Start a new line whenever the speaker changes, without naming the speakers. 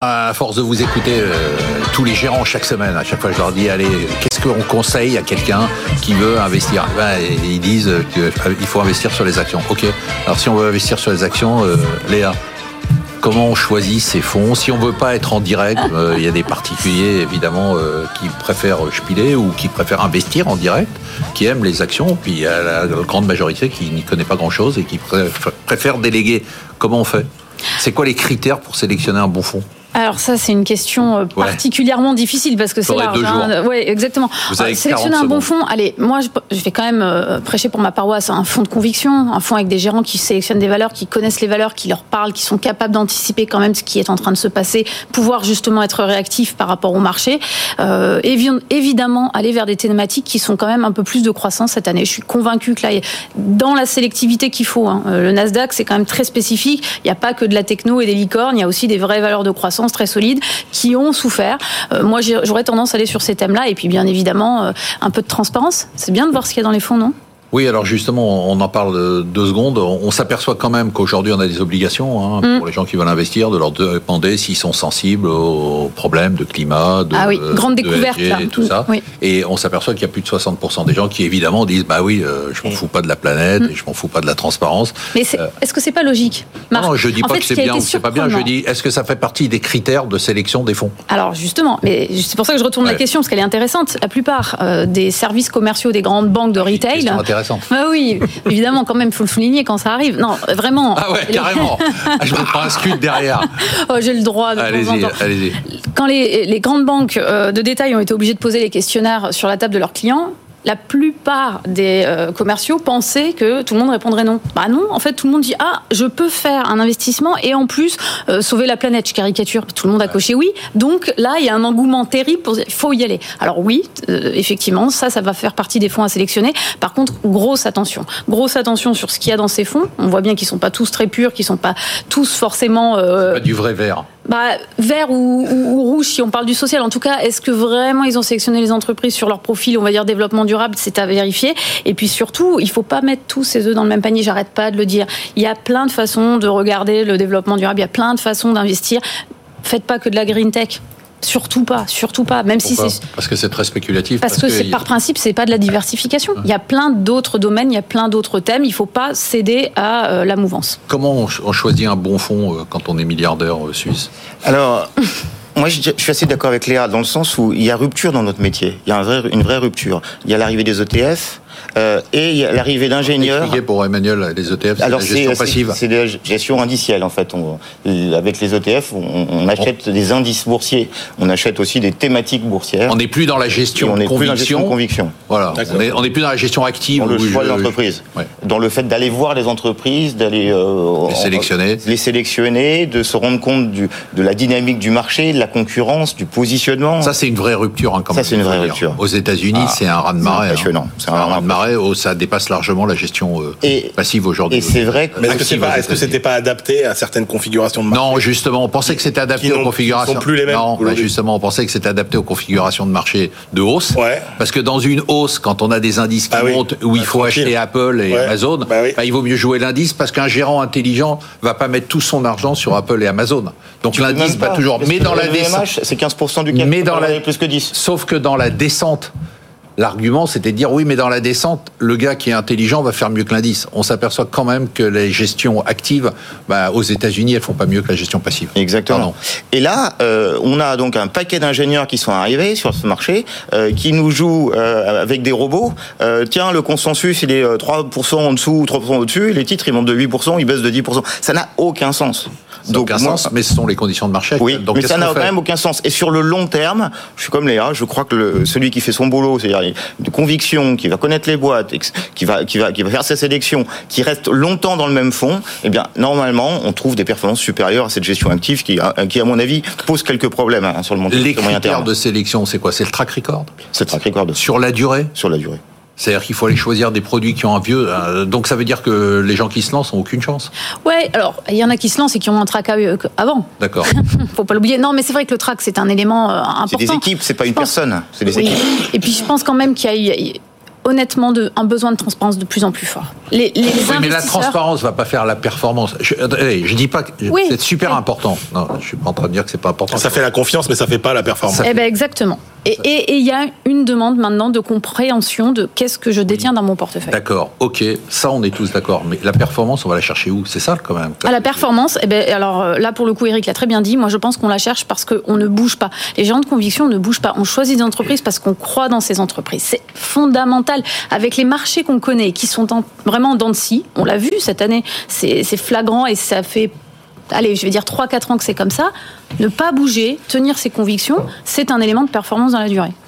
À force de vous écouter euh, tous les gérants chaque semaine, à chaque fois je leur dis allez, qu'est-ce qu'on conseille à quelqu'un qui veut investir Ben, Ils disent qu'il faut investir sur les actions. Ok, alors si on veut investir sur les actions, euh, Léa, comment on choisit ses fonds Si on veut pas être en direct, euh, il y a des particuliers évidemment euh, qui préfèrent spiler ou qui préfèrent investir en direct, qui aiment les actions, puis il y a la grande majorité qui n'y connaît pas grand-chose et qui préf- préfèrent déléguer. Comment on fait C'est quoi les critères pour sélectionner un bon fonds
Alors ça, c'est une question euh, particulièrement difficile parce que c'est
J'aurai
large. hein.
deux
Ouais, exactement.
Vous avez
Alors, sélectionner
40
un bon fonds. Allez, moi, je, je vais quand même euh, prêcher pour ma paroisse un fonds de conviction, un fonds avec des gérants qui sélectionnent des valeurs, qui connaissent les valeurs, qui leur parlent, qui sont capables d'anticiper quand même ce qui est en train de se passer, pouvoir justement être réactif par rapport au marché. Euh, évi- évidemment, aller vers des thématiques qui sont quand même un peu plus de croissance cette année. Je suis convaincue que là, dans la sélectivité qu'il faut, hein, euh, le Nasdaq, c'est quand même très spécifique. Il n'y a pas que de la techno et des licornes. Il y a aussi des vraies valeurs de croissance très solides qui ont souffert. Euh, moi, j'ai- j'aurais tendance à aller sur ces thèmes-là. Et puis, bien évidemment, euh, un peu de transparence. C'est bien de voir ce qu'il y a dans les fonds, non
Oui, alors justement, on en parle euh, deux secondes. On on s'aperçoit quand même qu'aujourd'hui, on a des obligations hein,
Mm.
pour les gens qui veulent investir, de leur demander s'ils sont sensibles aux problèmes de climat, de, euh,
Ah oui, grande
de
découverte,
ESG
là. Mm,
et tout ça.
Oui.
Et on s'aperçoit qu'il y a plus de 60% des gens qui, évidemment, disent Bah oui, euh, je m'en fous pas de la planète
Mm.
et je m'en fous pas de la transparence.
Mais c'est-
Euh,
est-ce que c'est pas logique Marc
non, je dis
En
pas
fait,
que c'est
ce qui a
bien ou
été
que c'est pas bien. Je
surprenant-
dis Est-ce que ça fait partie des critères de sélection des fonds
Alors justement, mais c'est pour ça que je retourne
Ouais.
la question parce qu'elle est intéressante. La plupart euh, des services commerciaux des grandes banques de
C'est une
retail.
Ah, question intéressante.
Bah oui, évidemment, quand même, faut le souligner quand ça arrive. Non, vraiment.
Ah ouais,
les-
carrément Ah, Je me prends un scud derrière.
Oh, J'ai le droit de temps en
Allez-y,
temps.
allez-y.
Quand les, les grandes banques euh, de détail ont été obligées de poser les questionnaires sur la table de leurs clients, la plupart des euh, commerciaux pensaient que tout le monde répondrait non. Bah non, en fait, tout le monde dit ah, je peux faire un investissement et en plus euh, sauver la planète. Je caricature, tout le monde a coché oui. Donc là, il y a un engouement terrible pour dire, il faut y aller. Alors oui, euh, effectivement, ça, ça va faire partie des fonds à sélectionner. Par contre, grosse attention, grosse attention sur ce qu'il y a dans ces fonds. On voit bien qu'ils sont pas tous très purs, qu'ils sont pas tous forcément euh,
Pas du vrai vert.
bah, vert ou, ou- ou rouge, si on parle du social. En tout cas, est-ce que vraiment ils ont sélectionné les entreprises sur leur profil, on va dire développement durable, c'est à vérifier. Et puis surtout, il faut pas mettre tous ses œufs dans le même panier. J'arrête pas de le dire. Il y a plein de façons de regarder le développement durable. Il y a plein de façons d'investir. Faites pas que de la green tech. Surtout pas, surtout pas. Même
Pourquoi
si c'est
Parce que c'est très spéculatif.
parce, que, c'est par principe, c'est pas de la diversification. Il y a plein d'autres domaines, il y a plein d'autres thèmes. Il faut pas céder à euh, la mouvance.
Comment on, ch- on choisit un bon fonds euh, quand on est milliardaire euh, suisse
Alors, moi, je, je suis assez d'accord avec Léa dans le sens où il y a rupture dans notre métier. Il y a un vrai- une vraie rupture. Il y a l'arrivée des ETF euh, et il y a l'arrivée d'ingénieurs.
Expliquez pour Emmanuel les ETF, c'est la
Alors
gestion
c'est
passive.
c'est- c'est de la gestion indicielle en fait. On- avec les ETF, on, on achète des indices boursiers, on achète aussi des thématiques boursières.
On n'est plus dans la
Et
gestion
on n'est
conviction.
plus dans la gestion de conviction.
Voilà, on est- on n'est plus dans la gestion active.
Dans le
où je-
choix de l'entreprise,
Ouais.
dans le fait d'aller voir les entreprises, d'aller euh,
Les
en-
sélectionner.
les sélectionner, de se rendre compte du, de la dynamique du marché, de la concurrence, du positionnement.
Ça, c'est une vraie rupture, hein, quand
Ça,
même,
c'est une
faut
vraie
dire.
rupture.
Aux États-Unis,
Ah,
c'est un raz-de-marée.
c'est impressionnant.
hein. C'est un raz-de-marée, oh, ça dépasse largement la gestion euh,
Et-
passive aujourd'hui.
et c'est vrai que
Mais est-ce Ah, que
Active
c'est
aux
pas, est-ce que
États-Unis.
c'était pas adapté à certaines configurations de marché
Non, justement, on pensait que c'était adapté
qui
aux
n'ont-
configurations.
sont plus les mêmes
Non, bah,
aujourd'hui.
justement, on pensait que c'était adapté aux configurations de marché de hausse.
Ouais.
Parce que dans une hausse, quand on a des indices qui
Ah oui.
montent, où il
Bah,
faut
tranquille.
acheter Apple et
Ouais.
Amazon,
Bah oui.
bah, il vaut mieux jouer l'indice parce qu'un gérant intelligent va pas mettre tout son argent sur Apple et Amazon. Donc l'indice
Même pas,
va toujours.
parce
Mais
que
dans
le
la descente.
VMH, c'est 15% du cap.
Mais dans la-
plus que 10.
Sauf que dans la descente, l'argument, c'était de dire oui, mais dans la descente, le gars qui est intelligent va faire mieux que l'indice. On s'aperçoit quand même que les gestions actives, bah, aux États-Unis, elles font pas mieux que la gestion passive.
Exactement.
Pardon.
Et là, euh, on a donc un paquet d'ingénieurs qui sont arrivés sur ce marché, euh, qui nous jouent euh, avec des robots. Euh, tiens, le consensus, il est euh, 3% en dessous ou 3% au-dessus. Les titres, ils montent de 8%, ils baissent de 10%. Ça n'a aucun sens.
Ça n'a aucun
moi-
sens, mais ce sont les conditions de marché.
Oui,
actuelles. Donc,
mais
qu'est-ce
ça
qu'on
n'a
fait
quand même aucun sens. Et sur le long terme, je suis comme Léa, je crois que le- celui qui fait son boulot, c'est-à-dire de conviction, qui va connaître les boîtes, ex- qui va, qui va, qui va faire sa sélection, qui reste longtemps dans le même fond, eh bien, normalement, on trouve des performances supérieures à cette gestion active qui, à- qui à mon avis, pose quelques problèmes hein, sur le mon- sur
Les
le moyen
critères
terme.
de sélection, c'est quoi C'est le track record
C'est track record de-
Sur la durée
sur la durée.
C'est-à-dire qu'il faut aller choisir des produits qui ont un vieux. euh, donc ça veut dire que les gens qui se lancent n'ont aucune chance.
Ouais, alors il y en a qui se lancent et qui ont un trac à eux avant.
D'accord.
faut pas l'oublier. Non, mais c'est vrai que le track, c'est un élément euh, important.
C'est des équipes, c'est pas
Je
une
pense-
personne, c'est des
Oui.
équipes.
Et puis je pense quand même qu'il y a eu. honnêtement de, un besoin de transparence de plus en plus fort. Les, les
Oui, mais la
investisseurs-
transparence va pas faire la performance. Je, attendez, je dis pas que
Oui.
c'est super
Oui.
important. Non, je suis pas en train de dire que c'est pas important.
Ça fait la confiance, mais ça fait pas la performance.
Eh ben exactement. Et et- et il y a une demande maintenant de compréhension de qu'est-ce que je détiens dans mon portefeuille.
D'accord, ok, ça on est tous d'accord, mais la performance on va la chercher où C'est ça quand même
À la performance, eh ben, alors euh, là pour le coup, Eric l'a très bien dit. Moi, je pense qu'on la cherche parce qu'on ne bouge pas. Les gens de conviction ne bougent pas. On choisit des entreprises parce qu'on croit dans ces entreprises. C'est fondamental. Avec les marchés qu'on connaît, qui sont en- vraiment en dents de scie, on l'a vu cette année, c'est c'est flagrant et ça fait. Allez, je vais dire 3-4 ans que c'est comme ça. Ne pas bouger, tenir ses convictions, c'est un élément de performance dans la durée.